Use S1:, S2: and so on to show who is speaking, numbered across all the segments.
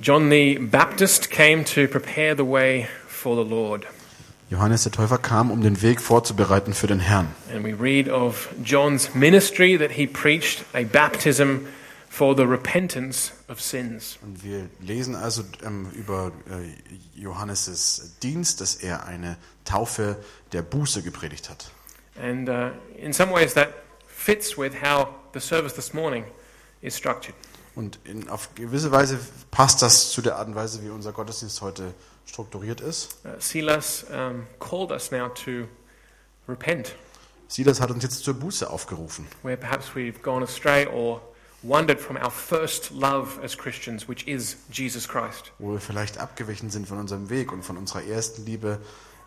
S1: John the Baptist came to prepare the way for the Lord.
S2: Johannes der Täufer kam, um den Weg vorzubereiten für den Herrn.
S1: And we read of John's ministry that he preached a baptism for the repentance of sins.
S2: Und wir lesen also ähm, über äh, Johannes' Dienst, dass er eine Taufe der Buße gepredigt hat.
S1: And uh, in some ways, that fits with how the service this morning is structured.
S2: Und in, auf gewisse Weise passt das zu der Art und Weise, wie unser Gottesdienst heute strukturiert ist.
S1: Uh, Silas um, called us now to repent
S2: Silas hat uns jetzt zur Buße aufgerufen,
S1: where perhaps we've gone astray or wandered from our first love as Christians, which is Jesus Christ.
S2: wo wir vielleicht abgewichen sind von unserem Weg und von unserer ersten Liebe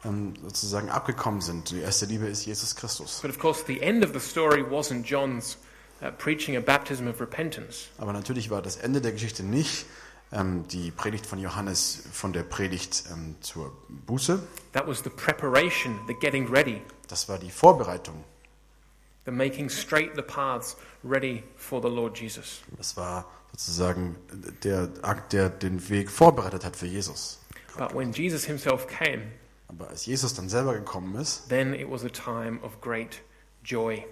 S2: ähm, sozusagen abgekommen sind. Die erste Liebe ist Jesus Christus.
S1: But of course, the end of the story wasn't John's uh, preaching a baptism of repentance.
S2: Aber natürlich war das Ende der Geschichte nicht ähm, die Predigt von Johannes von der Predigt ähm, zur Buße.
S1: That was the preparation, the getting ready,
S2: Das war die Vorbereitung.
S1: the making straight the paths ready for the Lord Jesus.
S2: Das war sozusagen der Akt, der den Weg vorbereitet hat für Jesus.
S1: But when Jesus himself came,
S2: Aber als Jesus dann selber gekommen ist,
S1: then it was a time of great joy.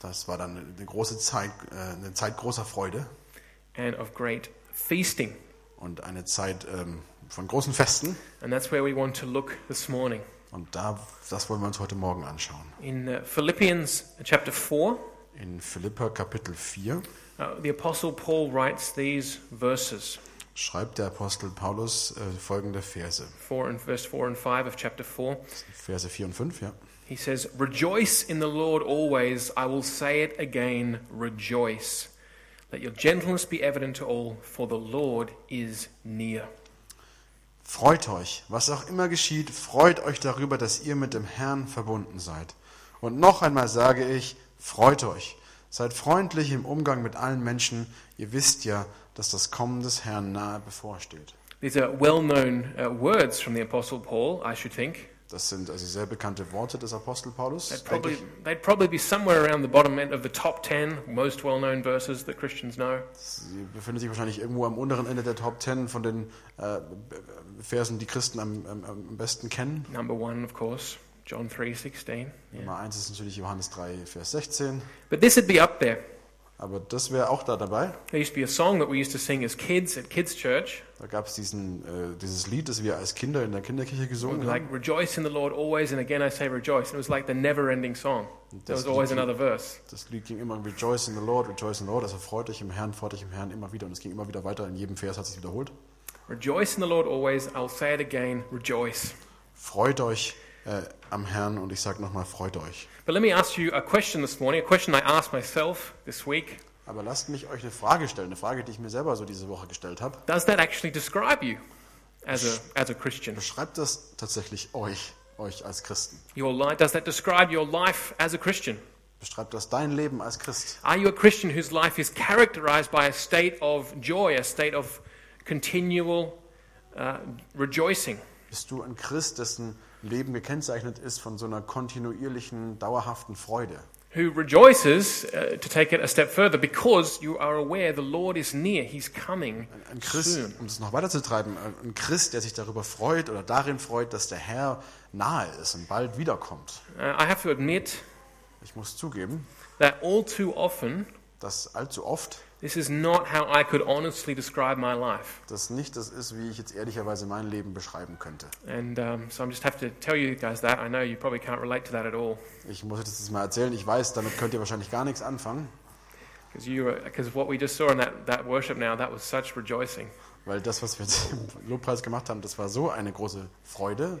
S2: das war dann eine große Zeit, äh, eine Zeit großer Freude
S1: and of great feasting.
S2: und eine Zeit ähm, von großen Festen.
S1: And that's where we want to look this morning.
S2: Und da, das wollen wir uns heute Morgen anschauen.
S1: In uh, Philippians chapter 4,
S2: In Philippa Kapitel 4
S1: uh, the Apostle Paul writes these verses
S2: schreibt der Apostel Paulus äh, folgende Verse.
S1: 4 and verse 4 and 5 of chapter 4.
S2: Verse 4 und 5, ja.
S1: He says, Rejoice in the Lord always. I will say it again, rejoice. Let your gentleness be evident to all, for the Lord is near.
S2: Freut euch, was auch immer geschieht, freut euch darüber, dass ihr mit dem Herrn verbunden seid. Und noch einmal sage ich, freut euch. Seid freundlich im Umgang mit allen Menschen. Ihr wisst ja, dass das Kommen des Herrn nahe bevorsteht.
S1: These are well known uh, words from the Apostle Paul, I should think.
S2: Das sind also sehr bekannte Worte des Apostel Paulus.
S1: They'd
S2: denke
S1: probably,
S2: ich.
S1: they'd probably be somewhere around the bottom end of the top 10 most well known verses that Christians know.
S2: Sie befinden sich wahrscheinlich irgendwo am unteren Ende der Top Ten von den äh, Versen, die Christen am, am, am besten kennen.
S1: Number one, of course, John 3.16. Yeah.
S2: Nummer eins ist natürlich Johannes 3, Vers 16.
S1: But this would be up there.
S2: Aber das wäre auch da dabei.
S1: There used to be a song that we used to sing as kids at kids' church,
S2: Da gab es äh, dieses Lied, das wir als Kinder in der Kinderkirche gesungen haben.
S1: like "Rejoice in the Lord always," and again I say "Rejoice." And it was like the never-ending song. There was always another verse.
S2: Das Lied ging immer Rejoice in the Lord, Rejoice in the Lord. Also freut euch im Herrn, freut euch im Herrn immer wieder. Und es ging immer wieder weiter. In jedem Vers hat sich wiederholt.
S1: "Rejoice in the Lord always." I'll say it again, "Rejoice."
S2: Freut euch äh, am Herrn und ich sage nochmal, freut euch.
S1: But let me ask you a question this morning. A question I asked myself this week.
S2: Aber lasst mich euch eine Frage stellen, eine Frage, die ich mir selber so diese Woche gestellt habe.
S1: Does that actually describe you as a as a Christian?
S2: Beschreibt das tatsächlich euch, euch als Christen?
S1: Your life does that describe your life as a Christian?
S2: Beschreibt das dein Leben als Christ?
S1: Are you a Christian whose life is characterized by a state of joy, a state of continual uh, rejoicing?
S2: Bist du ein Christ, dessen Leben gekennzeichnet ist von so einer kontinuierlichen, dauerhaften Freude?
S1: Who rejoices, uh, to take it a step further, because you are aware the Lord is near, He's coming
S2: Ein Christ,
S1: soon.
S2: um es noch weiterzutreiben, ein Christ, der sich darüber freut oder darin freut, dass der Herr nahe ist und bald wiederkommt.
S1: Uh, I have to admit
S2: Ich muss zugeben,
S1: that all too often,
S2: dass allzu oft
S1: this is not how I could honestly describe my life.
S2: das nicht das ist, wie ich jetzt ehrlicherweise mein Leben beschreiben könnte.
S1: And um, so I just have to tell you guys that. I know you probably can't relate to that at all,
S2: Ich muss euch das jetzt mal erzählen. Ich weiß, damit könnt ihr wahrscheinlich gar nichts anfangen,
S1: because what we just saw in that, that worship now, that was such rejoicing.
S2: weil das, was wir jetzt im Lobpreis gemacht haben, das war so eine große Freude.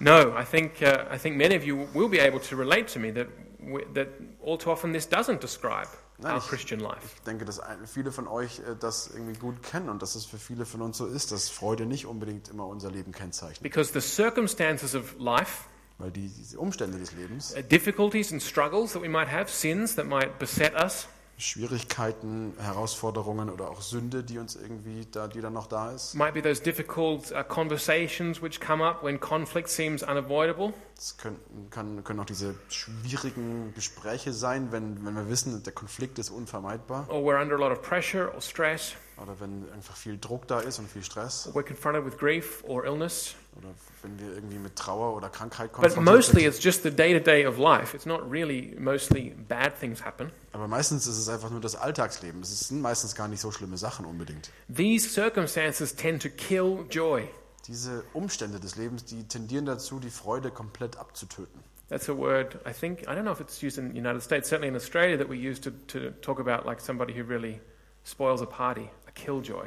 S1: No, I think, uh, I think many of you will be able to relate to me that, we, that all too often this doesn't describe our
S2: Nice.
S1: Christian life.
S2: Ich denke, dass ein- viele von euch äh, das irgendwie gut kennen und dass es für viele von uns so ist, dass Freude nicht unbedingt immer unser Leben kennzeichnet,
S1: Because the circumstances of life,
S2: weil die, diese Umstände des Lebens
S1: uh, difficulties and struggles that we might have, sins that might beset us,
S2: Schwierigkeiten, Herausforderungen oder auch Sünde, die uns irgendwie da, die dann noch da ist.
S1: might be those difficult uh, conversations which come up when conflict seems unavoidable.
S2: Es können, kann, können auch diese schwierigen Gespräche sein, wenn, wenn wir wissen, der Konflikt ist unvermeidbar
S1: or we're under a lot of pressure or stress.
S2: oder wenn einfach viel Druck da ist und viel Stress
S1: We're confronted with grief or illness,
S2: oder wenn wir irgendwie mit Trauer oder Krankheit
S1: but
S2: konfrontiert
S1: mostly
S2: sind.
S1: it's just the day to day of life. It's not really mostly bad things happen.
S2: Aber meistens ist es einfach nur das Alltagsleben. Es sind meistens gar nicht so schlimme Sachen unbedingt.
S1: These circumstances tend to kill joy.
S2: Diese Umstände des Lebens, die tendieren dazu, die Freude komplett abzutöten.
S1: That's a word, I think, I don't know if it's used in the United States, certainly in Australia, that we use to, to talk about like somebody who really spoils a party, a killjoy.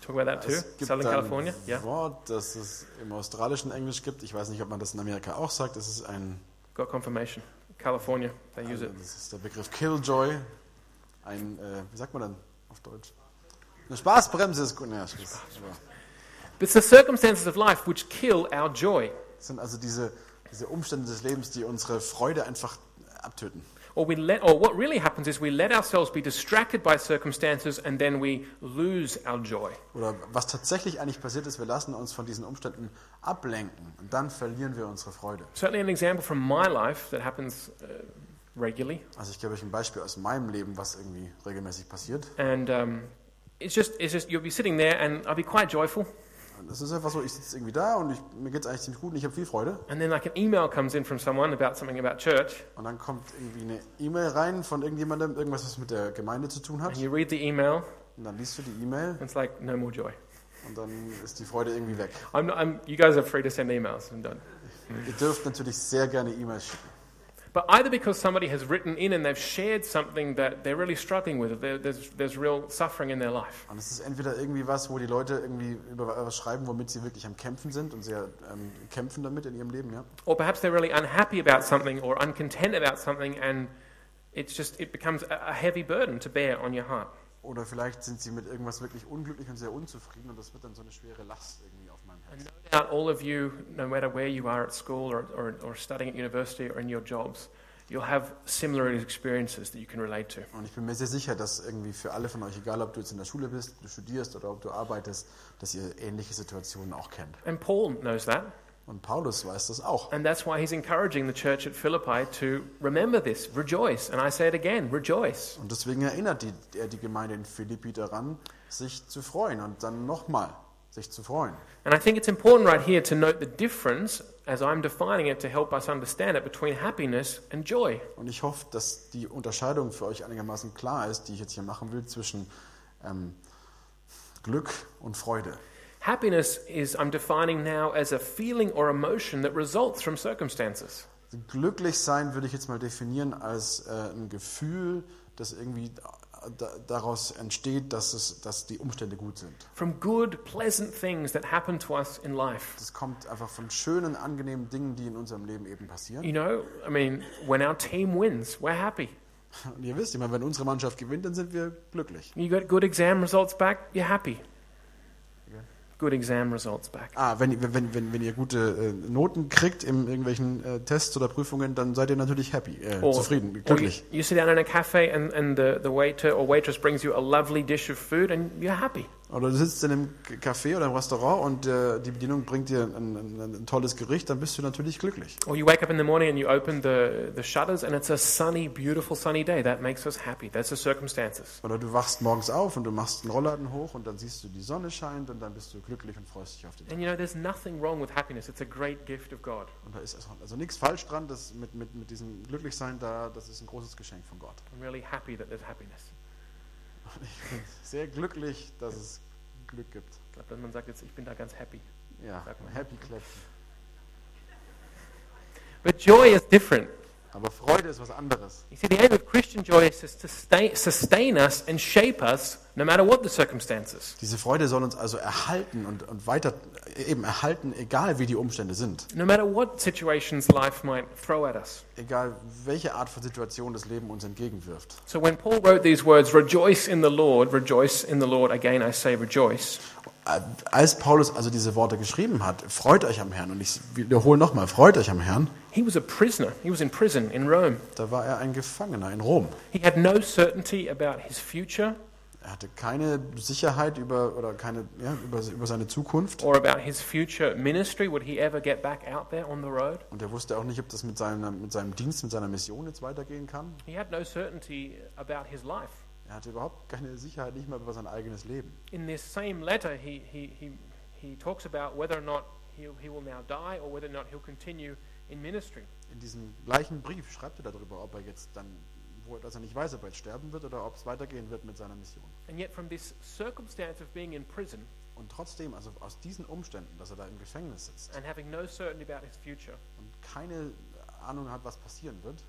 S1: Talk about that too?
S2: Es gibt
S1: Southern
S2: ein
S1: California? Yeah.
S2: Wort, das es im australischen Englisch gibt. Ich weiß nicht, ob man das in Amerika auch sagt. Es ist ein,
S1: Got confirmation. California, they use
S2: also
S1: it.
S2: das ist der Begriff Killjoy. Ein, äh, wie sagt man dann auf Deutsch? Eine Spaßbremse ist gut. Naja, Spaß. aber
S1: It's the circumstances of life which kill our joy.
S2: Es sind also diese, diese Umstände des Lebens, die unsere Freude einfach abtöten.
S1: Or, we let, or what really happens is we let ourselves be distracted by circumstances and then we lose our joy.
S2: Oder was tatsächlich eigentlich passiert ist, wir lassen uns von diesen Umständen ablenken und dann verlieren wir unsere Freude.
S1: Certainly, an example from my life that happens uh, regularly,
S2: Also ich gebe euch ein Beispiel aus meinem Leben, was irgendwie regelmäßig passiert.
S1: and um, it's just it's just you'll be sitting there and I'll be quite joyful,
S2: Und es ist einfach so, ich sitze irgendwie da und ich, mir geht es eigentlich ziemlich gut und ich habe viel Freude.
S1: and then like an email comes in from someone about something about church,
S2: Und dann kommt irgendwie eine E-Mail rein von irgendjemandem, irgendwas, was mit der Gemeinde zu tun hat.
S1: and you read the email,
S2: Und dann liest du die E-Mail
S1: and it's like no more joy.
S2: und dann ist die Freude irgendwie weg.
S1: I'm, not, I'm you guys are free to send emails. I'm done.
S2: Ihr dürft natürlich sehr gerne E-Mails schicken.
S1: But either because somebody has written in and they've shared something that they're really struggling with, there, there's, there's real suffering in their life,
S2: Und es ist entweder irgendwie was, wo die Leute irgendwie über was schreiben, womit sie wirklich am Kämpfen sind und sehr ähm, kämpfen damit in ihrem Leben, ja.
S1: or perhaps they're really unhappy about something or uncontent about something, and it's just it becomes a, a heavy burden to bear on your heart.
S2: Oder vielleicht sind sie mit irgendwas wirklich unglücklich und sehr unzufrieden und das wird dann so eine schwere Last irgendwie auf meinem Herzen.
S1: And no doubt all of you, no matter where you are at school or, or, or studying at university or in your jobs, you'll have similar experiences that you can relate to.
S2: Und ich bin mir sehr sicher, dass irgendwie für alle von euch, egal ob du jetzt in der Schule bist, du studierst oder ob du arbeitest, dass ihr ähnliche Situationen auch kennt.
S1: And Paul knows that.
S2: Und Paulus weiß das auch.
S1: And that's why he's encouraging the church at Philippi to remember this, rejoice. And I say it again, rejoice.
S2: Und deswegen erinnert die, er die Gemeinde in Philippi daran, sich zu freuen und dann nochmal sich zu freuen.
S1: And I think it's important right here to note the difference, as I'm defining it to help us understand it, between happiness and joy.
S2: Und ich hoffe, dass die Unterscheidung für euch einigermaßen klar ist, die ich jetzt hier machen will zwischen ähm, Glück und Freude.
S1: Happiness is, I'm defining now, as a feeling or emotion that results from circumstances.
S2: Glücklich sein würde ich jetzt mal definieren als äh, ein Gefühl, das irgendwie da, daraus entsteht, dass, es, dass die Umstände gut sind.
S1: from good, pleasant things that happen to us in life.
S2: Das kommt einfach von schönen, angenehmen Dingen, die in unserem Leben eben passieren.
S1: You know, I mean, when our team wins, we're happy.
S2: Und ihr wisst immer, wenn unsere Mannschaft gewinnt, dann sind wir glücklich.
S1: You got good exam results back, you're happy. Good exam results back.
S2: Ah, wenn, wenn, wenn, wenn ihr gute äh, Noten kriegt in irgendwelchen äh, Tests oder Prüfungen, dann seid ihr natürlich happy, äh, zufrieden,
S1: or you,
S2: glücklich.
S1: you sit down in a cafe and, and the, the waiter or waitress brings you a lovely dish of food and you're happy.
S2: Oder du sitzt in einem K- Café oder im Restaurant und äh, die Bedienung bringt dir ein, ein, ein tolles Gericht, dann bist du natürlich glücklich.
S1: Or you wake up in the morning and you open the, the shutters and it's a sunny, beautiful sunny day. That makes us happy. That's the circumstances.
S2: Oder du wachst morgens auf und du machst einen Rollladen hoch und dann siehst du, die Sonne scheint und dann bist du glücklich und freust dich auf den Tag.
S1: And you know, there's nothing wrong with happiness. It's a great gift of God.
S2: Und da ist also- also nichts falsch dran, das mit, mit, mit diesem Glücklichsein da, das ist ein großes Geschenk von Gott.
S1: I'm really happy that there's happiness.
S2: Und ich bin sehr glücklich, dass es Glück gibt.
S1: Ich glaube, man sagt jetzt, ich bin da ganz happy.
S2: Ja,
S1: Sag mal.
S2: happy Klatschen.
S1: But joy is different.
S2: Aber Freude ist was anderes.
S1: You see, the aim of Christian joy is to sustain, sustain us and shape us no matter what the circumstances.
S2: Diese Freude soll uns also erhalten und, und weiter eben erhalten, egal wie die Umstände sind.
S1: No matter what situations life might throw at us.
S2: Egal welche Art von Situation das Leben uns entgegenwirft.
S1: So when Paul wrote these words, rejoice in the Lord, rejoice in the Lord, again I say rejoice,
S2: Äh, Als Paulus also diese Worte geschrieben hat, freut euch am Herrn, und ich wiederhole nochmal, freut euch am Herrn,
S1: he was a prisoner. He was in prison in Rome.
S2: da war er ein Gefangener in Rom.
S1: He had no certainty about his future
S2: Er hatte keine Sicherheit über, oder keine, ja, über, über seine Zukunft
S1: or about his future ministry. Would he ever get back out there on the road?
S2: und er wusste auch nicht, ob das mit, seiner, mit seinem Dienst, mit seiner Mission jetzt weitergehen kann.
S1: He had no certainty about his life.
S2: Er hatte überhaupt keine Sicherheit, nicht mal über sein eigenes Leben.
S1: In this same letter, he, he, he, he talks about whether or not he, he will now die or whether or not he'll continue in ministry.
S2: In diesem gleichen Brief schreibt er darüber, ob er jetzt dann, wo, dass er nicht weiß, ob er jetzt sterben wird oder ob es weitergehen wird mit seiner Mission.
S1: And yet, from this circumstance of being in prison
S2: Und trotzdem, also aus diesen Umständen, dass er da im Gefängnis sitzt
S1: and having no certainty about his future,
S2: und keine Ahnung hat, was passieren wird,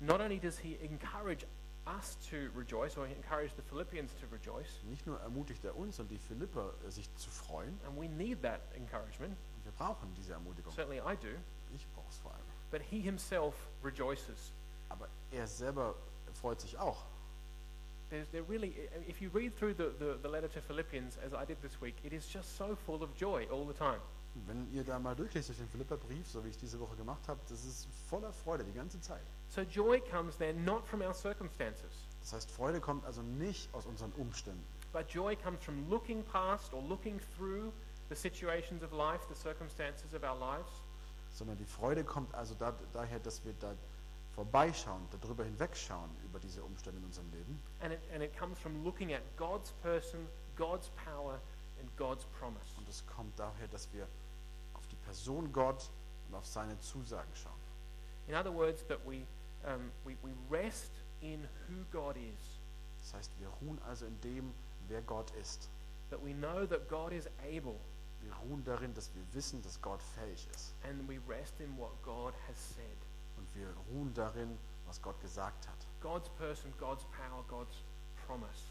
S1: not only does he encourage us to rejoice, or he encouraged the Philippians to rejoice,
S2: nicht nur ermutigt er uns und die Philipper, äh, sich zu freuen,
S1: and we need that encouragement,
S2: und wir brauchen diese Ermutigung.
S1: certainly I do,
S2: Ich brauche es vor allem.
S1: but he himself rejoices.
S2: Aber er selber freut sich auch.
S1: There's, there really, if you read through the, the, the letter to Philippians, as I did this week, it is just so full of joy all the time.
S2: Wenn ihr da mal durchlest durch den Philipperbrief, so wie ich diese Woche gemacht habe, das ist voller Freude die ganze Zeit.
S1: So joy comes then not from our circumstances,
S2: Das heißt, Freude kommt also nicht aus unseren Umständen,
S1: but joy comes from looking past or looking through the situations of life, the circumstances of our lives,
S2: sondern die Freude kommt also da, daher, dass wir da vorbeischauen, darüber hinwegschauen über diese Umstände in unserem Leben.
S1: and it, and it comes from looking at God's person, God's power, and God's promise.
S2: Und es kommt daher, dass wir auf die Person Gott und auf seine Zusagen schauen.
S1: In other words, that we, um, we, we rest in who God is,
S2: Das heißt, wir ruhen also in dem, wer Gott ist.
S1: that we know that God is able,
S2: Wir ruhen darin, dass wir wissen, dass Gott fähig ist.
S1: and we rest in what God has said.
S2: Und wir ruhen darin, was Gott gesagt hat.
S1: God's person, God's power, God's promise.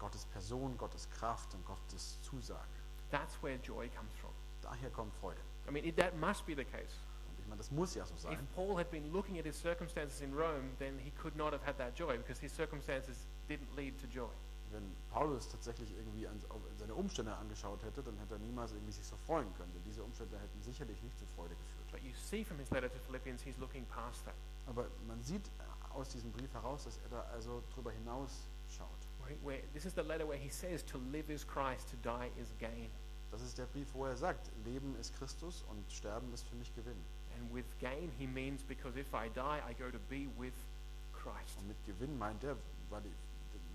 S2: Gottes Person, Gottes Kraft und Gottes Zusagen.
S1: That's where joy comes from.
S2: Daher kommt Freude.
S1: I mean, it, that must be the case.
S2: Und ich meine, das muss ja so
S1: If
S2: sein.
S1: Paul had been looking at his circumstances in Rome, then he could not have had that joy because his circumstances didn't lead to joy.
S2: Wenn Paulus tatsächlich irgendwie an, auf seine Umstände angeschaut hätte, dann hätte er niemals irgendwie sich so freuen können. Denn diese Umstände hätten sicherlich nicht zu Freude geführt.
S1: But you see from his letter to Philippians, he's looking past that,
S2: Aber man sieht aus diesem Brief heraus, dass er da also drüber hinaus schaut.
S1: where, he- where this is the letter where he says, "To live is Christ, to die is gain."
S2: Das ist der Brief, wo er sagt, Leben ist Christus und Sterben ist für mich Gewinn.
S1: And with gain, he means because if I die, I go to be with Christ.
S2: Und mit Gewinn meint er, weil ich,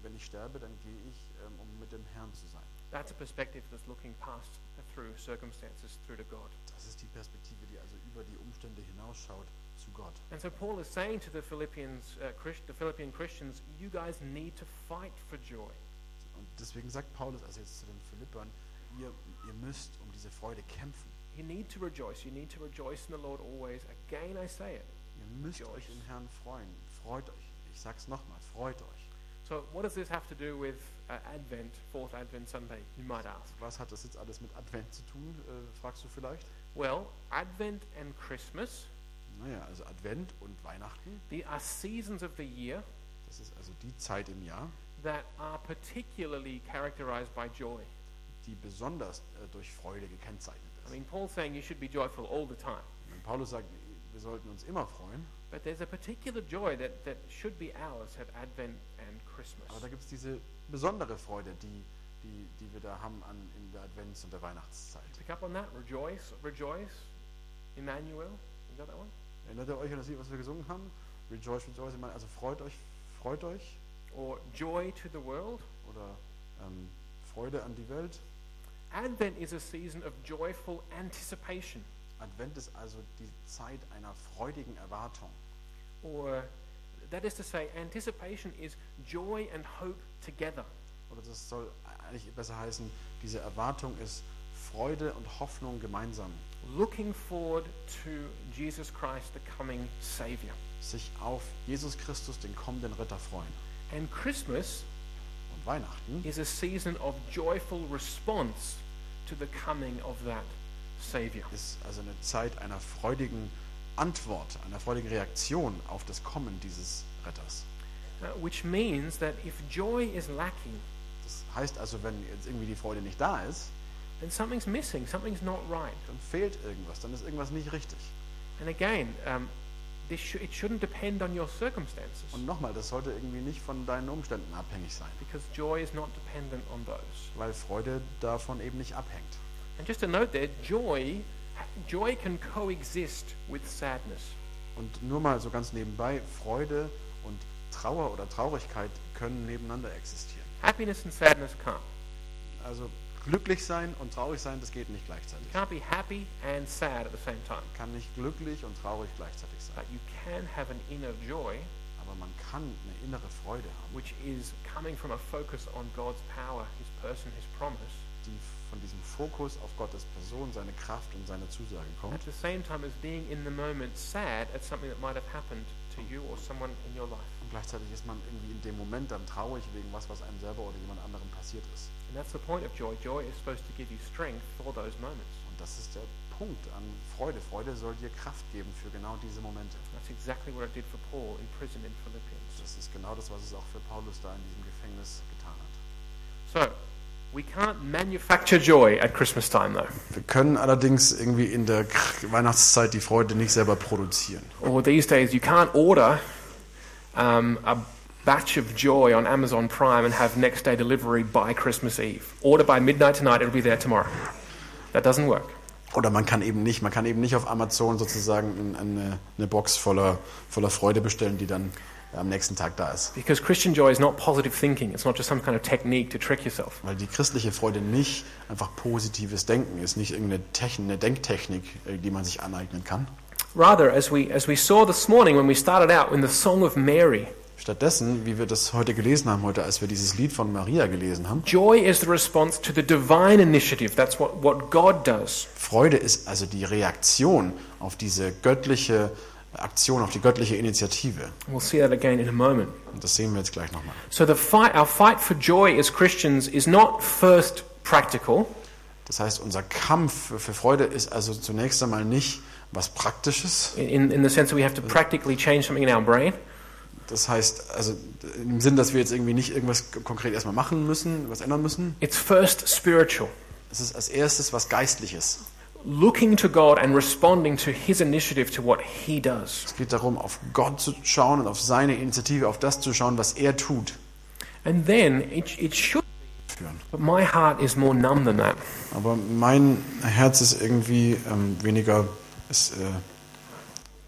S2: wenn ich sterbe, dann gehe ich, ähm, um mit dem Herrn zu sein.
S1: That's a perspective that's looking past uh, through circumstances through to God.
S2: Das ist die Perspektive, die also über die Umstände hinausschaut zu Gott.
S1: And so Paul is saying to the Philippians, uh, Christ, the Philippian Christians, you guys need to fight for joy.
S2: Und deswegen sagt Paulus also jetzt zu den Philippern, ihr, ihr müsst um diese Freude kämpfen.
S1: You need to rejoice. You need to rejoice in the Lord always. Again, I say it.
S2: Ihr müsst
S1: Rejoice.
S2: euch im Herrn freuen. Freut euch. Ich sag's nochmal, freut euch.
S1: So, what does this have to do with uh, Advent, Fourth Advent Sunday? You might ask.
S2: Was hat das jetzt alles mit Advent zu tun, äh, fragst du vielleicht?
S1: Well, Advent and Christmas,
S2: Naja, also Advent und Weihnachten,
S1: they are seasons of the year
S2: das ist also die Zeit im Jahr,
S1: that are particularly characterized by joy.
S2: die besonders äh, durch Freude gekennzeichnet
S1: I
S2: ist.
S1: mean, Paul's saying you should be joyful all the time,
S2: Und Paulus sagt, wir sollten uns immer freuen,
S1: but there's a particular joy that, that should be ours at Advent and
S2: aber
S1: Christmas.
S2: da gibt es diese besondere Freude, die, die, die wir da haben an, in der Advents- und der Weihnachtszeit.
S1: Pick up on that. Rejoice, rejoice, Emmanuel. You got that one?
S2: Erinnert ihr euch an das Lied, was wir gesungen haben? Rejoice, rejoice. Ich meine, also freut euch, freut euch.
S1: Or joy to the world.
S2: Oder ähm, Freude an die Welt.
S1: Advent is a season of joyful anticipation,
S2: Advent ist also die Zeit einer freudigen Erwartung.
S1: or that is to say, anticipation is joy and hope together.
S2: Oder das soll eigentlich besser heißen, diese Erwartung ist Freude und Hoffnung gemeinsam.
S1: Looking forward to Jesus Christ, the coming Savior.
S2: Sich auf Jesus Christus, den kommenden Ritter, freuen.
S1: And Christmas
S2: Und Weihnachten
S1: is a season of joyful response to the coming of that Savior.
S2: ist also eine Zeit einer freudigen Antwort, einer freudigen Reaktion auf das Kommen dieses Retters.
S1: Uh, which means that if joy is lacking,
S2: Das heißt also, wenn jetzt irgendwie die Freude nicht da ist,
S1: then something's missing, something's not right.
S2: dann fehlt irgendwas, dann ist irgendwas nicht richtig.
S1: And again, um, this sh- it shouldn't depend on your circumstances.
S2: Und nochmal, das sollte irgendwie nicht von deinen Umständen abhängig sein,
S1: because joy is not dependent on those.
S2: weil Freude davon eben nicht abhängt.
S1: And just a note there, joy joy can coexist with sadness.
S2: Und nur mal so ganz nebenbei, Freude und Trauer oder Traurigkeit können nebeneinander existieren.
S1: Happiness and sadness can't.
S2: Also glücklich sein und traurig sein, das geht nicht gleichzeitig.
S1: You can't be happy and sad at the same time.
S2: Kann nicht glücklich und traurig gleichzeitig sein.
S1: But you can have an inner joy,
S2: Aber man kann eine innere Freude haben,
S1: which is coming from a focus on God's power, His person, His promise,
S2: die von diesem Fokus auf Gottes Person, seine Kraft und seine Zusage kommt.
S1: at the same time as being in the moment sad at something that might have happened to you or someone in your life.
S2: Und gleichzeitig ist man irgendwie in dem Moment dann traurig wegen was, was einem selber oder jemand anderem passiert ist.
S1: And that's the point of joy. Joy is supposed to give you strength for those moments.
S2: Und das ist der Punkt an Freude. Freude soll dir Kraft geben für genau diese Momente.
S1: That's exactly what it did for Paul in prison in Philippians.
S2: Das ist genau das, was es auch für Paulus da in diesem Gefängnis getan hat.
S1: So, we can't manufacture joy at Christmas time, though,
S2: Wir können allerdings irgendwie in der K- Weihnachtszeit die Freude nicht selber produzieren.
S1: or these days you can't order um, a batch of joy on Amazon Prime and have next day delivery by Christmas Eve. Order by midnight tonight; it'll be there tomorrow. That doesn't work.
S2: Oder man kann eben nicht, man kann eben nicht auf Amazon sozusagen eine, eine Box voller, voller Freude bestellen, die dann am nächsten Tag da ist.
S1: Because Christian joy is not positive thinking. It's not just some kind of technique to trick yourself.
S2: Weil die christliche Freude nicht einfach positives Denken ist, nicht irgendeine Techn eine Denktechnik, äh, die man sich aneignen kann.
S1: Rather, as we, as we saw this morning when we started out in the Song of Mary,
S2: Stattdessen, wie wir das heute gelesen haben, heute, als wir dieses Lied von Maria gelesen haben,
S1: joy is the response to the divine initiative. That's what, what God does.
S2: Freude ist also die Reaktion auf diese göttliche Aktion, auf die göttliche Initiative.
S1: And We'll see that again in a moment.
S2: Und das sehen wir jetzt gleich nochmal.
S1: So the fight, our fight for joy as Christians is not first practical,
S2: Das heißt, unser Kampf für Freude ist also zunächst einmal nicht was Praktisches.
S1: in, in the sense that we have to practically change something in our brain.
S2: Das heißt, also im Sinn, dass wir jetzt irgendwie nicht irgendwas konkret erstmal machen müssen, was ändern müssen.
S1: It's first spiritual,
S2: Es ist als erstes was Geistliches.
S1: looking to God and responding to His initiative to what He does.
S2: Es geht darum, auf Gott zu schauen und auf seine Initiative, auf das zu schauen, was er tut.
S1: And then it, it should,
S2: Führen.
S1: but my heart is more numb than that.
S2: Aber mein Herz ist irgendwie ähm, weniger ist, äh,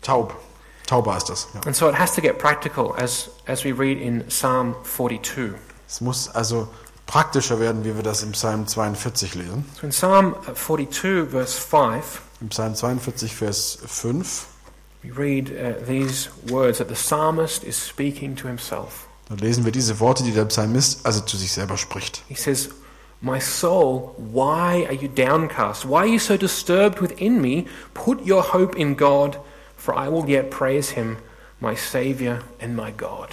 S2: taub. Tauber ist das. Ja.
S1: And so it has to get practical as, as we read in Psalm 42.
S2: Es muss also praktischer werden, wie wir das im Psalm 42 lesen.
S1: So in Psalm 42, verse 5,
S2: Im Psalm 42, Vers 5,
S1: we read uh, these words that the psalmist is speaking to himself.
S2: da lesen wir diese Worte, die der Psalmist also zu sich selber spricht.
S1: He says, My soul, why are you downcast? Why are you so disturbed within me? Put your hope in God, for I will yet praise him, my Saviour and my God.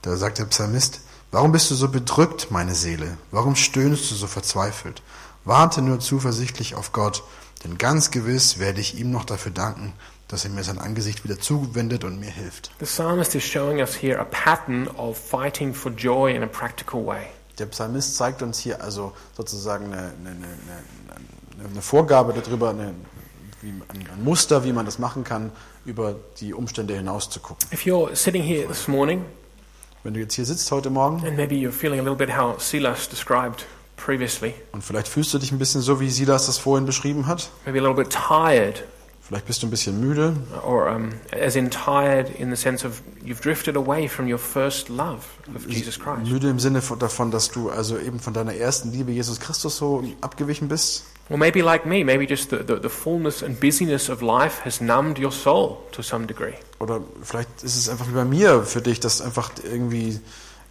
S2: Da sagt der Psalmist, warum bist du so bedrückt, meine Seele? Warum stöhnst du so verzweifelt? Warte nur zuversichtlich auf Gott, denn ganz gewiss werde ich ihm noch dafür danken, dass er mir sein Angesicht wieder zuwendet und mir hilft.
S1: The psalmist is showing us here a pattern of fighting for joy in a practical way.
S2: Der Psalmist zeigt uns hier also sozusagen eine, eine, eine, eine, eine Vorgabe darüber, eine, wie, ein ein Muster, wie man das machen kann, über die Umstände hinaus zu gucken.
S1: If you're sitting here this morning,
S2: Wenn du jetzt hier sitzt heute Morgen
S1: and maybe you're feeling a little bit how Silas described previously,
S2: und vielleicht fühlst du dich ein bisschen so, wie Silas das vorhin beschrieben hat,
S1: maybe a little bit tired,
S2: vielleicht bist du ein bisschen müde,
S1: or um, as in tired in the sense of you've drifted away from your first love of Jesus Christ.
S2: müde im Sinne von, davon, dass du also eben von deiner ersten Liebe Jesus Christus so abgewichen bist.
S1: Or maybe like me, maybe just the, the, the fullness and busyness of life has numbed your soul to some degree.
S2: Oder vielleicht ist es einfach wie bei mir für dich, dass einfach irgendwie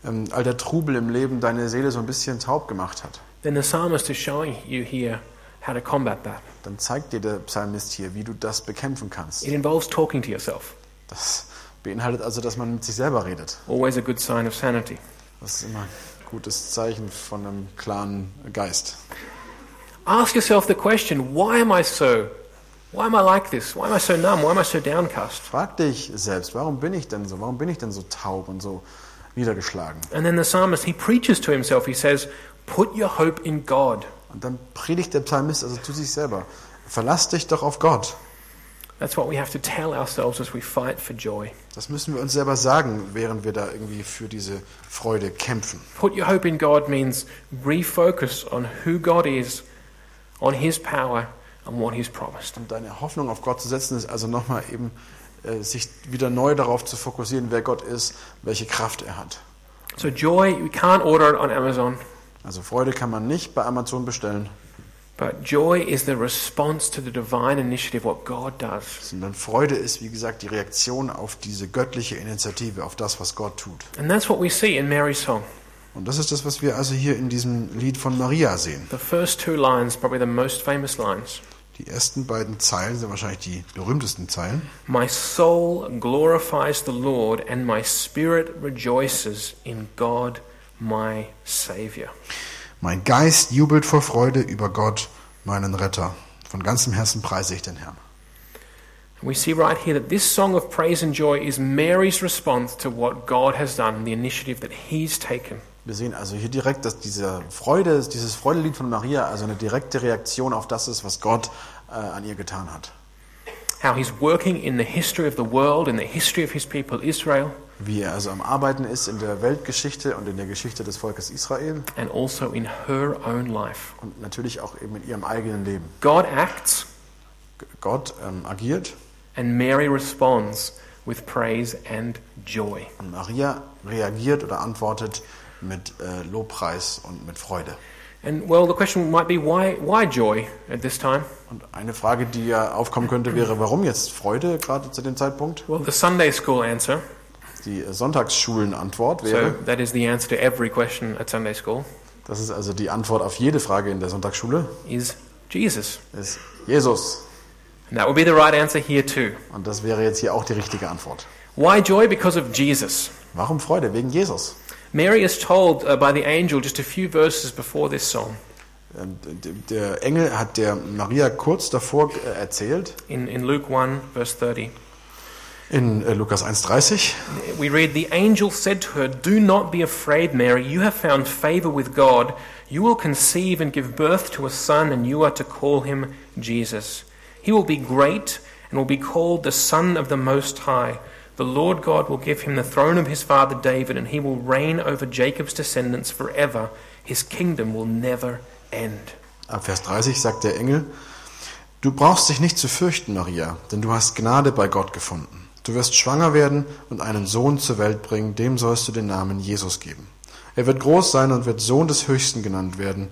S2: ähm, all der Trubel im Leben deine Seele so ein bisschen taub gemacht hat.
S1: Then the psalmist is showing you here how to combat that.
S2: Dann zeigt dir der Psalmist hier, wie du das bekämpfen kannst.
S1: It involves talking to yourself,
S2: Das beinhaltet also, dass man mit sich selber redet.
S1: always a good sign of sanity.
S2: Das ist immer ein gutes Zeichen von einem klaren Geist.
S1: Ask yourself the question why am I so? Why am I like this? Why am I so numb? Why am I so downcast?
S2: Frag dich selbst, warum bin ich denn so? Warum bin ich denn so taub und so niedergeschlagen?
S1: And then the psalmist, he preaches to himself. He says, Put your hope in God.
S2: Und dann predigt der Psalmist also zu sich selber. Verlass dich doch auf Gott.
S1: That's what we have to tell ourselves as we fight for joy.
S2: Das müssen wir uns selber sagen, während wir da irgendwie für diese Freude kämpfen.
S1: Put your hope in God means refocus on who God is, on His power, and what He's promised.
S2: Und deine Hoffnung auf Gott zu setzen, ist also nochmal eben äh, sich wieder neu darauf zu fokussieren, wer Gott ist, welche Kraft er hat.
S1: So, joy, we can't order it on Amazon,
S2: Also Freude kann man nicht bei Amazon bestellen,
S1: but joy is the response to the divine initiative, what God does.
S2: sondern Freude ist, wie gesagt, die Reaktion auf diese göttliche Initiative, auf das, was Gott tut.
S1: And that's what we see in Mary's song.
S2: Und das ist das, was wir also hier in diesem Lied von Maria sehen.
S1: The first two lines, probably the most famous lines
S2: Die ersten beiden Zeilen sind wahrscheinlich die berühmtesten Zeilen.
S1: My soul glorifies the Lord, and my spirit rejoices in God, my Savior.
S2: Mein Geist jubelt vor Freude über Gott, meinen Retter. Von ganzem Herzen preise ich den Herrn.
S1: We see right here that this song of praise and joy is Mary's response to what God has done, the initiative that He's taken.
S2: Wir sehen also hier direkt, dass diese Freude, dieses Freudelied von Maria also eine direkte Reaktion auf das ist, was Gott äh, an ihr getan hat.
S1: How He's working in the history of the world, in the history of His people Israel,
S2: Wie er also am Arbeiten ist in der Weltgeschichte und in der Geschichte des Volkes Israel
S1: and also in her own life.
S2: und natürlich auch eben in ihrem eigenen Leben.
S1: God acts,
S2: G- Gott ähm, agiert
S1: and Mary responds with praise and joy.
S2: und Maria reagiert oder antwortet mit äh, Lobpreis und mit Freude.
S1: And well, the question might be why, why joy at this time?
S2: Und eine Frage, die ja aufkommen könnte, wäre, warum jetzt Freude gerade zu dem Zeitpunkt?
S1: Well, the Sunday school answer,
S2: Die äh, Sonntagsschulenantwort
S1: so
S2: wäre,
S1: that is the answer to every question at Sunday school,
S2: das ist also die Antwort auf jede Frage in der Sonntagsschule,
S1: is Jesus.
S2: ist Jesus.
S1: And that would be the right answer here too.
S2: Und das wäre jetzt hier auch die richtige Antwort.
S1: Why joy? Because of Jesus.
S2: Warum Freude? Wegen Jesus.
S1: Mary is told uh, by the angel just a few verses before this song
S2: Ähm, d- d- Der Engel hat der Maria kurz davor äh, erzählt,
S1: in, in Luke 1, verse 30.
S2: in äh, Lukas 1,30.
S1: We read, The angel said to her, Do not be afraid, Mary. You have found favor with God. You will conceive and give birth to a son, and you are to call him Jesus. He will be great and will be called the Son of the Most High. The Lord God will give him the throne of his father David, and he will reign over Jacob's descendants forever. His kingdom will never end.
S2: Ab Vers 30 sagt der Engel, Du brauchst dich nicht zu fürchten, Maria, denn du hast Gnade bei Gott gefunden. Du wirst schwanger werden und einen Sohn zur Welt bringen, dem sollst du den Namen Jesus geben. Er wird groß sein und wird Sohn des Höchsten genannt werden.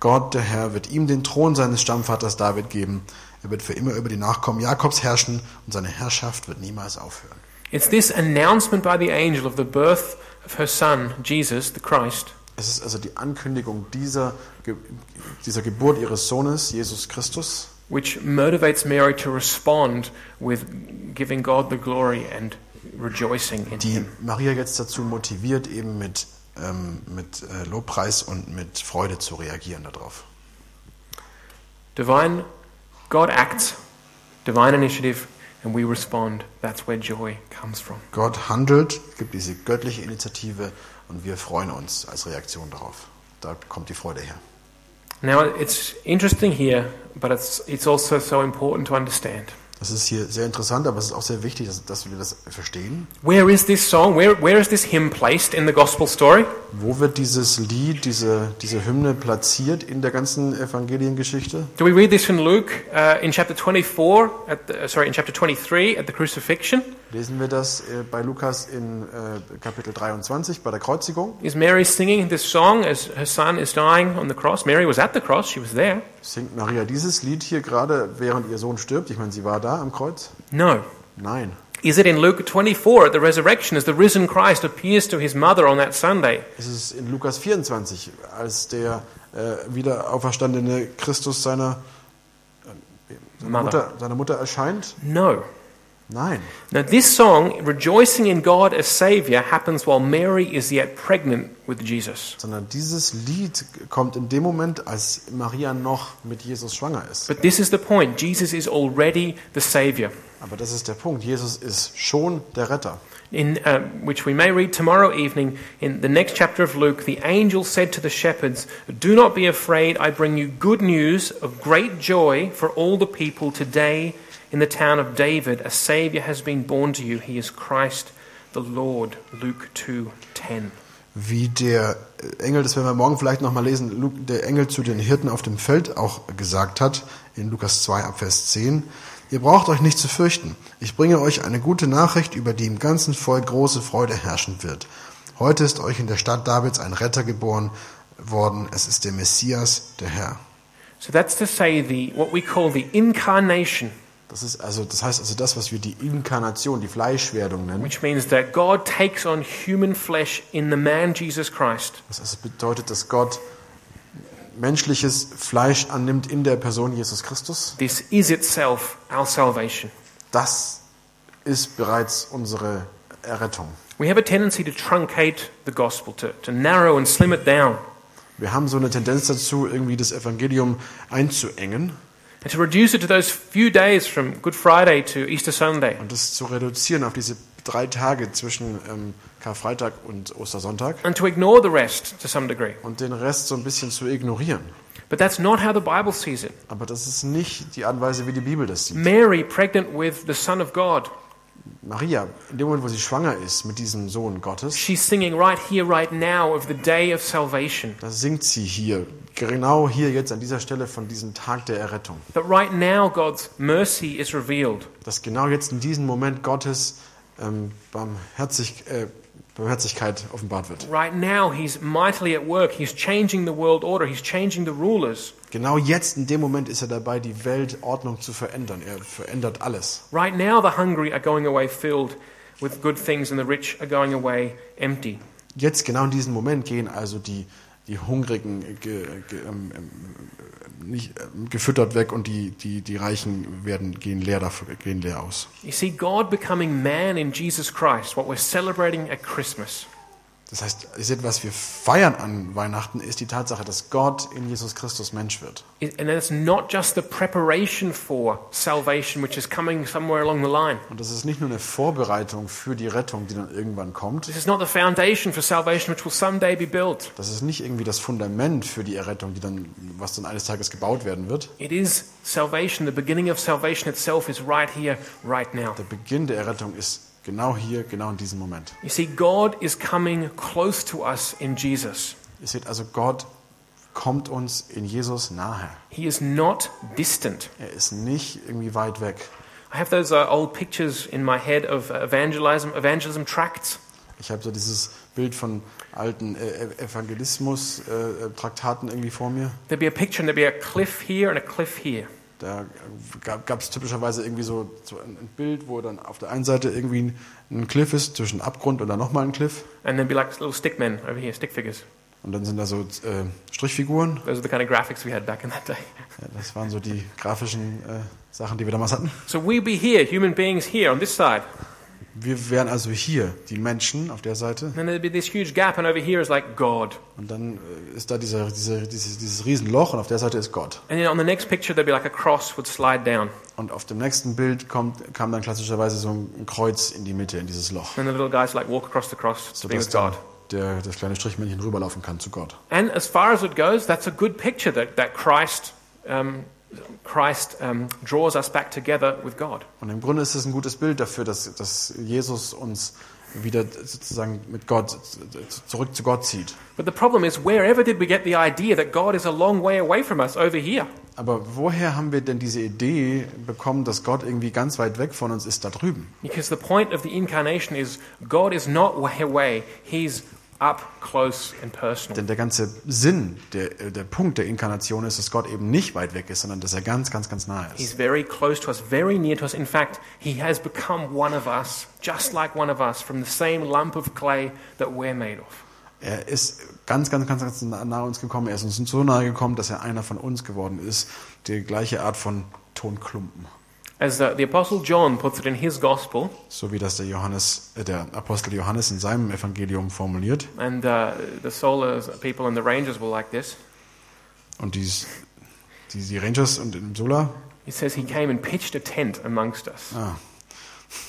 S2: Gott, der Herr, wird ihm den Thron seines Stammvaters David geben. Er wird für immer über die Nachkommen Jakobs herrschen und seine Herrschaft wird niemals aufhören.
S1: It's this announcement by the angel of the birth of her son, Jesus, the Christ,
S2: Es ist also die Ankündigung dieser, Ge- dieser Geburt ihres Sohnes, Jesus Christus,
S1: which motivates Mary to respond with giving God the glory and rejoicing in
S2: die
S1: Him.
S2: Maria jetzt dazu motiviert, eben mit, ähm, mit äh, Lobpreis und mit Freude zu reagieren darauf.
S1: Divine, God acts, divine initiative, and we respond. That's where joy comes from.
S2: Gott handelt, gibt diese göttliche Initiative und wir freuen uns als Reaktion darauf. Da kommt die Freude her.
S1: Now, it's interesting here, but it's, it's also so important to understand.
S2: Das ist hier sehr interessant, aber es ist auch sehr wichtig, dass, dass wir das verstehen.
S1: Where is this song? Where, where is this hymn placed in the gospel story?
S2: Wo wird dieses Lied, diese, diese Hymne platziert in der ganzen Evangeliengeschichte?
S1: Do we read this in Luke uh, in chapter 24, at the, uh, sorry, in chapter 23 at the crucifixion?
S2: Lesen wir das äh, bei Lukas in äh, Kapitel 23 bei der Kreuzigung.
S1: Is Mary singing this song as her son is dying on the cross? Mary was at the cross, she was there.
S2: Singt Maria dieses Lied hier gerade, während ihr Sohn stirbt? Ich meine, sie war da am Kreuz?
S1: No.
S2: Nein.
S1: Is it in Luke 24 at the resurrection as the risen Christ appears to his mother on that Sunday?
S2: Es ist in Lukas 24, als der äh, wieder auferstandene Christus seiner
S1: Mother.
S2: Mutter, seiner Mutter erscheint?
S1: No.
S2: Nein.
S1: Now, this song, rejoicing in God as Savior, happens while Mary is yet pregnant with Jesus.
S2: Sondern dieses Lied kommt in dem Moment, als Maria noch mit Jesus schwanger ist.
S1: But this is the point Jesus is already the Savior,
S2: Aber das ist der Punkt. Jesus ist schon der Retter.
S1: in, uh, which we may read tomorrow evening in the next chapter of Luke. The angel said to the shepherds, Do not be afraid, I bring you good news of great joy for all the people today in the town of David. A Savior has been born to you. He is Christ the Lord. Luke 2.10.
S2: wie der Engel, das werden wir morgen vielleicht nochmal lesen, Lu- der Engel zu den Hirten auf dem Feld auch gesagt hat, in Lukas 2 ab Vers 10, Ihr braucht euch nicht zu fürchten. Ich bringe euch eine gute Nachricht, über die im ganzen Volk große Freude herrschen wird. Heute ist euch in der Stadt Davids ein Retter geboren worden. Es ist der Messias, der Herr.
S1: So that's to say the what we call the incarnation,
S2: Das ist also, das heißt also das, was wir die Inkarnation, die Fleischwerdung nennen.
S1: which means that God takes on human flesh in the man Jesus Christ.
S2: Das also bedeutet, dass Gott menschliches Fleisch annimmt in der Person Jesus Christus.
S1: This is itself our salvation.
S2: Das ist bereits unsere Errettung.
S1: We have a tendency to truncate the gospel, to, to narrow and slim it down,
S2: Wir haben so eine Tendenz dazu, irgendwie das Evangelium einzuengen
S1: and to reduce it to those few days from Good Friday to Easter Sunday.
S2: und das zu reduzieren auf diese drei Tage zwischen ähm, Karfreitag und Ostersonntag
S1: and to ignore the rest to some degree.
S2: und den Rest so ein bisschen zu ignorieren.
S1: But that's not how the Bible sees it.
S2: Aber das ist nicht die Art und Weise, wie die Bibel das sieht.
S1: Mary, pregnant with the Son of God,
S2: Maria, in dem Moment, wo sie schwanger ist mit diesem Sohn Gottes,
S1: she's singing right here, right now of the day of salvation.
S2: da singt sie hier, genau hier jetzt an dieser Stelle von diesem Tag der Errettung.
S1: That right now God's mercy is revealed.
S2: Dass genau jetzt in diesem Moment Gottes ähm, Barmherzig, äh, Barmherzigkeit offenbart wird.
S1: Right now He's mightily at work. He's changing the world order. He's changing the rulers.
S2: Genau jetzt in dem Moment ist er dabei, die Weltordnung zu verändern. Er verändert alles.
S1: Right now the hungry are going away filled with good things and the rich are going away empty.
S2: Jetzt genau in diesem Moment gehen also die, die Hungrigen äh, ge, ge, ähm, ähm, äh, nicht, ähm, gefüttert weg und die, die, die Reichen werden, gehen, leer dafür, gehen leer aus.
S1: You see, God becoming man in Jesus Christ, what we're celebrating at Christmas.
S2: Das heißt, ihr seht, was wir feiern an Weihnachten, ist die Tatsache, dass Gott in Jesus Christus Mensch wird.
S1: It- And it's not just the preparation for salvation, which is coming somewhere along the line.
S2: Und das ist nicht nur eine Vorbereitung für die Rettung, die dann irgendwann kommt.
S1: This is not the foundation for salvation, which will someday be built.
S2: Das ist nicht irgendwie das Fundament für die Errettung, die dann, was dann eines Tages gebaut werden wird.
S1: It is salvation. The beginning of salvation itself is right here, right now.
S2: Der Beginn der Errettung ist genau hier, genau in diesem Moment.
S1: You see, God is coming close to us in Jesus.
S2: Ihr seht also, Gott kommt uns in Jesus nahe.
S1: He is not distant.
S2: Er ist nicht irgendwie weit weg.
S1: I have those uh, old pictures in my head of uh, evangelism, evangelism tracts.
S2: Ich habe so dieses Bild von alten äh, Evangelismus-Traktaten irgendwie vor mir.
S1: There'd be a picture, and there'd be a cliff here and a cliff here.
S2: Da gab es typischerweise irgendwie so, so ein ein Bild, wo dann auf der einen Seite irgendwie ein, ein Cliff ist, zwischen Abgrund und dann nochmal ein Cliff.
S1: And there'd be like little stick men over here, stick figures.
S2: Und dann sind da so äh, Strichfiguren.
S1: Those are the kind of graphics we had back in that day.
S2: Ja, Äh, das waren so die grafischen äh, Sachen, die wir damals hatten.
S1: So we be here, human beings here on this side.
S2: Wir wären also hier, die Menschen auf der Seite.
S1: And then there'd be this huge gap, and over here is like God.
S2: Und dann äh, ist da dieser, dieser, dieses, dieses Riesenloch und auf der Seite ist Gott.
S1: And then on the next picture, there'd be like a cross would slide down.
S2: Und auf dem nächsten Bild kommt, kam dann klassischerweise so ein Kreuz in die Mitte, in dieses Loch.
S1: And the little guys like walk across the cross to be
S2: Sodass
S1: with
S2: dann
S1: God.
S2: der, das kleine Strichmännchen rüberlaufen kann zu Gott.
S1: And as far as it goes, that's a good picture that, that Christ, um, Christ um, draws us back together with God.
S2: Und im Grunde ist es ein gutes Bild dafür, dass, dass Jesus uns wieder sozusagen mit Gott z- zurück zu Gott zieht.
S1: But the problem is, wherever did we get the idea that God is a long way away from us over here?
S2: Aber woher haben wir denn diese Idee bekommen, dass Gott irgendwie ganz weit weg von uns ist da drüben?
S1: Because the point of the incarnation is God is not way away, He's up close and personal.
S2: Denn der ganze Sinn, der, äh, der Punkt der Inkarnation ist, dass Gott eben nicht weit weg ist, sondern dass er ganz, ganz, ganz nahe
S1: He's
S2: ist.
S1: very close to us, very near to us. In fact, he has become one of us, just like one of us, from the same lump of clay that we're made of.
S2: Er ist ganz, ganz, ganz, ganz nah- nahe uns gekommen. Er ist uns so nahe gekommen, dass er einer von uns geworden ist. Die gleiche Art von Tonklumpen.
S1: As uh, the Apostle John puts it in his Gospel,
S2: So wie das der, Johannes, äh, der Apostel Johannes in seinem Evangelium formuliert.
S1: and uh, the solar people and the Rangers were like this.
S2: Und dies, die, die Rangers und im Sola,
S1: He says he came and pitched a tent amongst us.
S2: ah,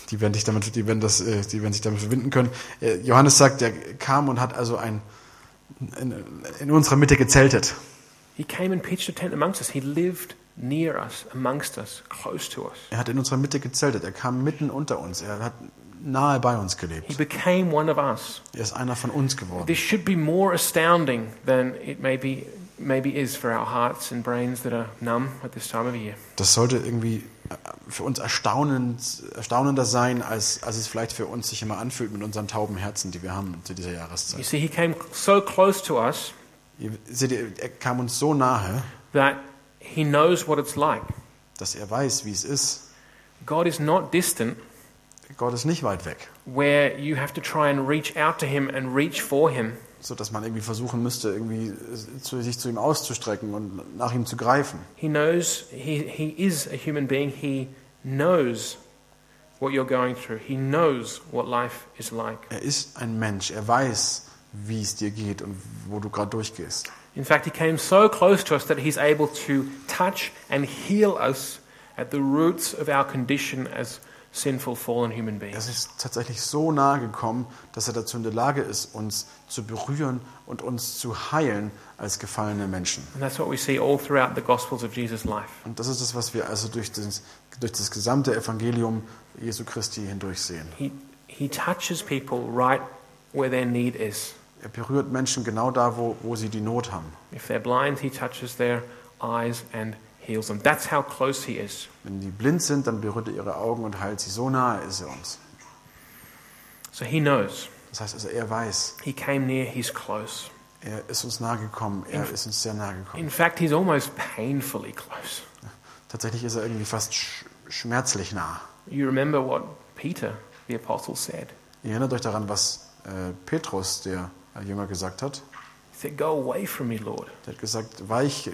S2: die werden, dich damit, die, werden das, äh, die werden sich damit verbinden können. Äh, Johannes sagt, er kam und hat also ein, in, in unserer Mitte gezeltet.
S1: He came and pitched a tent amongst us. He lived near us, amongst us, close to us.
S2: Er hat in unserer Mitte gezeltet. Er kam mitten unter uns. Er hat nahe bei uns
S1: He
S2: gelebt.
S1: became one of us.
S2: Er ist einer von uns geworden.
S1: This should be more astounding than it maybe, maybe is for our hearts and brains that are numb at this time of year.
S2: Das sollte irgendwie äh, für uns erstaunend, erstaunender sein, als, als es vielleicht für uns sich immer anfühlt mit unseren tauben Herzen, die wir haben zu dieser
S1: You
S2: Jahreszeit.
S1: see, he came so close to us
S2: Ihr seht, ihr, er kam uns so nahe,
S1: that he knows what it's like.
S2: dass er weiß, wie es ist.
S1: God is not distant
S2: Gott ist nicht weit weg,
S1: where you have to try and reach out to him and reach for him.
S2: so dass man irgendwie versuchen müsste, irgendwie äh, zu, sich zu ihm auszustrecken und nach ihm zu greifen.
S1: He knows, he, he is a human being. He knows what you're going through, he knows what life is like.
S2: Er ist ein Mensch, er weiß, wie es dir geht und wo du gerade durchgehst.
S1: In fact, he came so close to us that he's able to touch and heal us at the roots of our condition as sinful, fallen human
S2: Er
S1: beings.
S2: ist tatsächlich so nahe gekommen, dass er dazu in der Lage ist, uns zu berühren und uns zu heilen als gefallene Menschen.
S1: And that's what we see all throughout the Gospels of Jesus' life.
S2: Und das ist das, was wir also durch das, durch das gesamte Evangelium Jesu Christi hindurch sehen.
S1: He, he touches people right where their need is.
S2: Er berührt Menschen genau da, wo, wo sie die Not haben.
S1: If they're blind, he touches their eyes and heals them. That's how close he is.
S2: Wenn die blind sind, dann berührt er ihre Augen und heilt sie. So nahe ist er uns.
S1: So he knows.
S2: Das heißt also, er weiß,
S1: He came near, he's close.
S2: er ist uns nahe gekommen, er ist uns sehr nahe gekommen.
S1: In fact, he's almost painfully close.
S2: Tatsächlich ist er irgendwie fast sch schmerzlich nah.
S1: You remember what Peter, the apostle, said.
S2: Ihr erinnert euch daran, was äh, Petrus, der äh, Jünger, gesagt hat.
S1: He said, Go away from me, Lord,
S2: Der hat gesagt, weiche,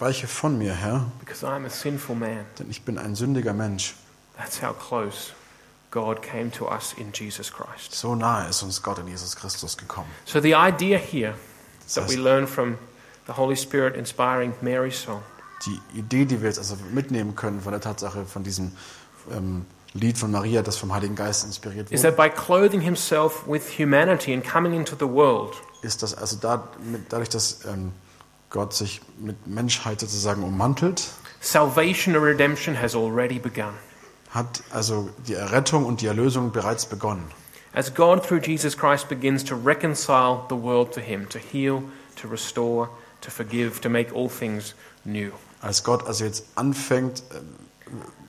S2: weiche von mir, Herr,
S1: because I'm a sinful man.
S2: denn ich bin ein sündiger Mensch.
S1: That's how close God came to us in Jesus Christ.
S2: So nahe ist uns Gott in Jesus Christus gekommen.
S1: So the idea here
S2: Das
S1: that we
S2: heißt,
S1: learn from the Holy Spirit inspiring Mary's song
S2: die Idee, die wir jetzt also mitnehmen können von der Tatsache von diesem ähm, Lied von Maria, das vom Heiligen Geist inspiriert
S1: is that
S2: wurde,
S1: by clothing himself with humanity and coming into the world,
S2: ist, dass also da, mit, dadurch, dass ähm, Gott sich mit Menschheit sozusagen ummantelt,
S1: salvation and redemption has already begun.
S2: hat also die Errettung und die Erlösung bereits begonnen.
S1: As God, through Jesus Christ, begins to reconcile the world to Him, to heal, to restore, to forgive, to make all things new.
S2: Als Gott also jetzt anfängt, ähm,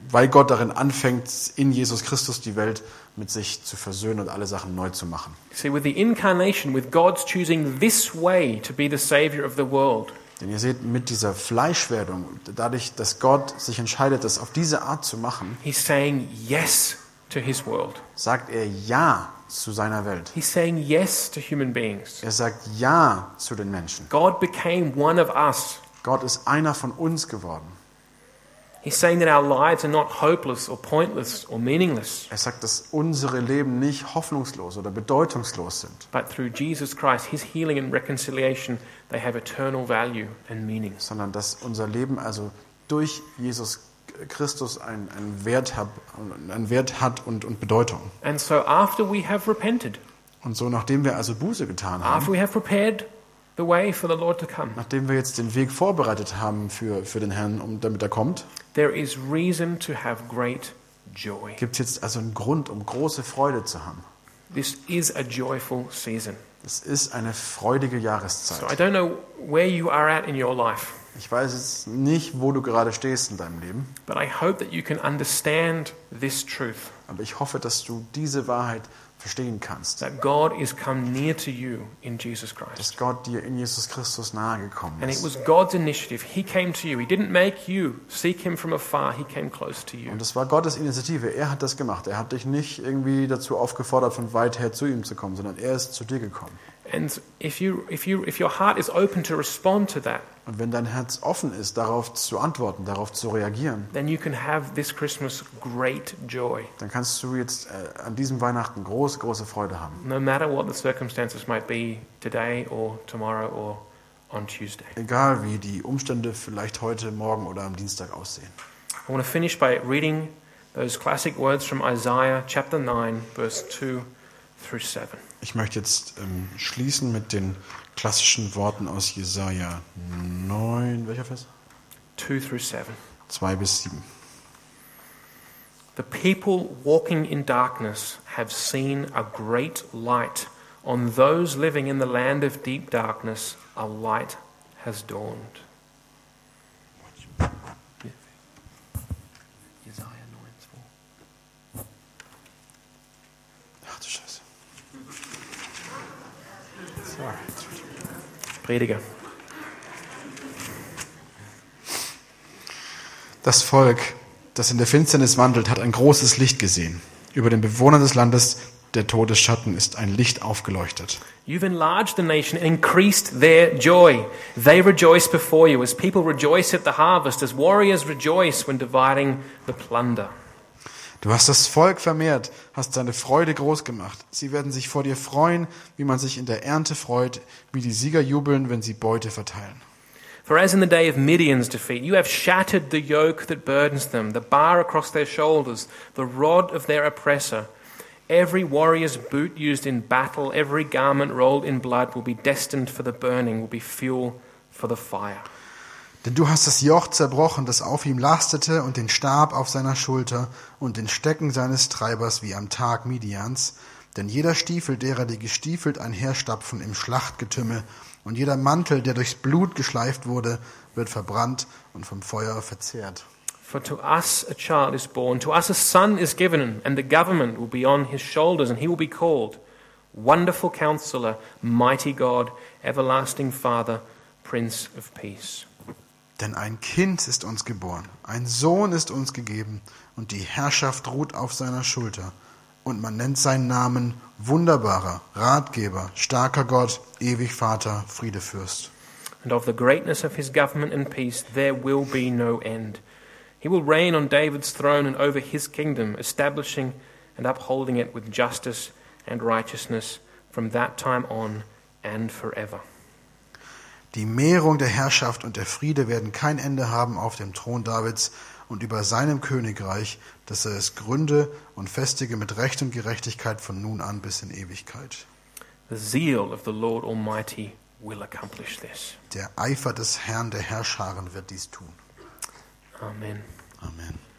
S2: weil Gott darin anfängt, in Jesus Christus die Welt mit sich zu versöhnen und alle Sachen neu zu machen.
S1: See, with the incarnation, with God's choosing this way to be the Savior of the world,
S2: Denn ihr seht, mit dieser Fleischwerdung, dadurch, dass Gott sich entscheidet, das auf diese Art zu machen,
S1: He's saying yes to His world.
S2: sagt er Ja zu seiner Welt.
S1: He's saying yes to human beings.
S2: Er sagt Ja zu den Menschen.
S1: God became one of us.
S2: Gott ist einer von uns geworden.
S1: He's saying that our lives are not hopeless or pointless or meaningless,
S2: Er sagt, dass unsere Leben nicht hoffnungslos oder bedeutungslos sind,
S1: but through Jesus Christ, His healing and reconciliation, they have eternal value and meaning.
S2: sondern dass unser Leben also durch Jesus Christus einen, einen, Wert, hab, einen Wert hat und, und Bedeutung.
S1: And so, after we have repented,
S2: Und so, nachdem wir also Buße getan haben,
S1: after we have prepared the way for the Lord to come,
S2: nachdem wir jetzt den Weg vorbereitet haben für, für den Herrn, um, damit er kommt,
S1: there is reason to have great joy.
S2: gibt es jetzt also einen Grund, um große Freude zu haben.
S1: This is a joyful season.
S2: Es ist eine freudige
S1: So
S2: Jahreszeit.
S1: I don't know where you are at in your life,
S2: Ich weiß jetzt nicht, wo du gerade stehst in deinem Leben,
S1: but I hope that you can understand this truth
S2: aber ich hoffe, dass du diese Wahrheit verstehen kannst,
S1: that God is come near to you in Jesus Christ.
S2: dass Gott dir in Jesus Christus nahe gekommen
S1: And it
S2: ist.
S1: was God's initiative. He came to you. He didn't make you seek him from afar. He came close to you.
S2: Und es war Gottes Initiative. Er hat das gemacht. Er hat dich nicht irgendwie dazu aufgefordert, von weit her zu ihm zu kommen, sondern er ist zu dir gekommen.
S1: And if you if you if your heart is open to respond to that,
S2: Und wenn dein Herz offen ist, darauf zu antworten, darauf zu reagieren,
S1: then you can have this Christmas great joy,
S2: dann kannst du jetzt äh, an diesem Weihnachten große, große Freude haben.
S1: no matter what the circumstances might be today or tomorrow or on Tuesday.
S2: Egal wie die Umstände vielleicht heute, morgen oder am Dienstag aussehen.
S1: I want to finish by reading those classic words from Isaiah chapter 9, verse 2 through 7.
S2: Ich möchte jetzt ähm, schließen mit den klassischen Worten aus Jesaja 9, welcher Vers?
S1: 2 through 7.
S2: 2 bis 7.
S1: The people walking in darkness have seen a great light. On those living in the land of deep darkness, a light has dawned. Isaiah Prediger.
S2: Das Volk, das in der Finsternis wandelt, hat ein großes Licht gesehen. Über den Bewohnern des Landes der Todesschatten ist ein Licht aufgeleuchtet.
S1: You've enlarged the nation and increased their joy. They rejoice before you as people rejoice at the harvest, as warriors rejoice when dividing the plunder.
S2: Du hast das Volk vermehrt, hast seine Freude groß gemacht. Sie werden sich vor dir freuen, wie man sich in der Ernte freut, wie die Sieger jubeln, wenn sie Beute verteilen.
S1: For as in the day of Midian's defeat, you have shattered the yoke that burdens them, the bar across their shoulders, the rod of their oppressor. Every warrior's boot used in battle, every garment rolled in blood will be destined for the burning, will be fuel for the fire.
S2: Denn du hast das Joch zerbrochen, das auf ihm lastete, und den Stab auf seiner Schulter und den Stecken seines Treibers wie am Tag Midians. Denn jeder Stiefel derer, die gestiefelt einherstapfen im Schlachtgetümmel, und jeder Mantel, der durchs Blut geschleift wurde, wird verbrannt und vom Feuer verzehrt.
S1: For to us a child is born, to us a son is given, and the government will be on his shoulders, and he will be called Wonderful Counselor, Mighty God, Everlasting Father, Prince of Peace.
S2: Denn ein Kind ist uns geboren, ein Sohn ist uns gegeben, und die Herrschaft ruht auf seiner Schulter. Und man nennt seinen Namen wunderbarer, Ratgeber, starker Gott, ewig Vater, Friedefürst.
S1: And of the greatness of his government and peace there will be no end. He will reign on David's throne and over his kingdom, establishing and upholding it with justice and righteousness from that time on and forever.
S2: Die Mehrung der Herrschaft und der Friede werden kein Ende haben auf dem Thron Davids und über seinem Königreich, dass er es gründe und festige mit Recht und Gerechtigkeit von nun an bis in Ewigkeit.
S1: The zeal of the Lord Almighty will accomplish this.
S2: Der Eifer des Herrn der Herrscharen wird dies tun.
S1: Amen.
S2: Amen.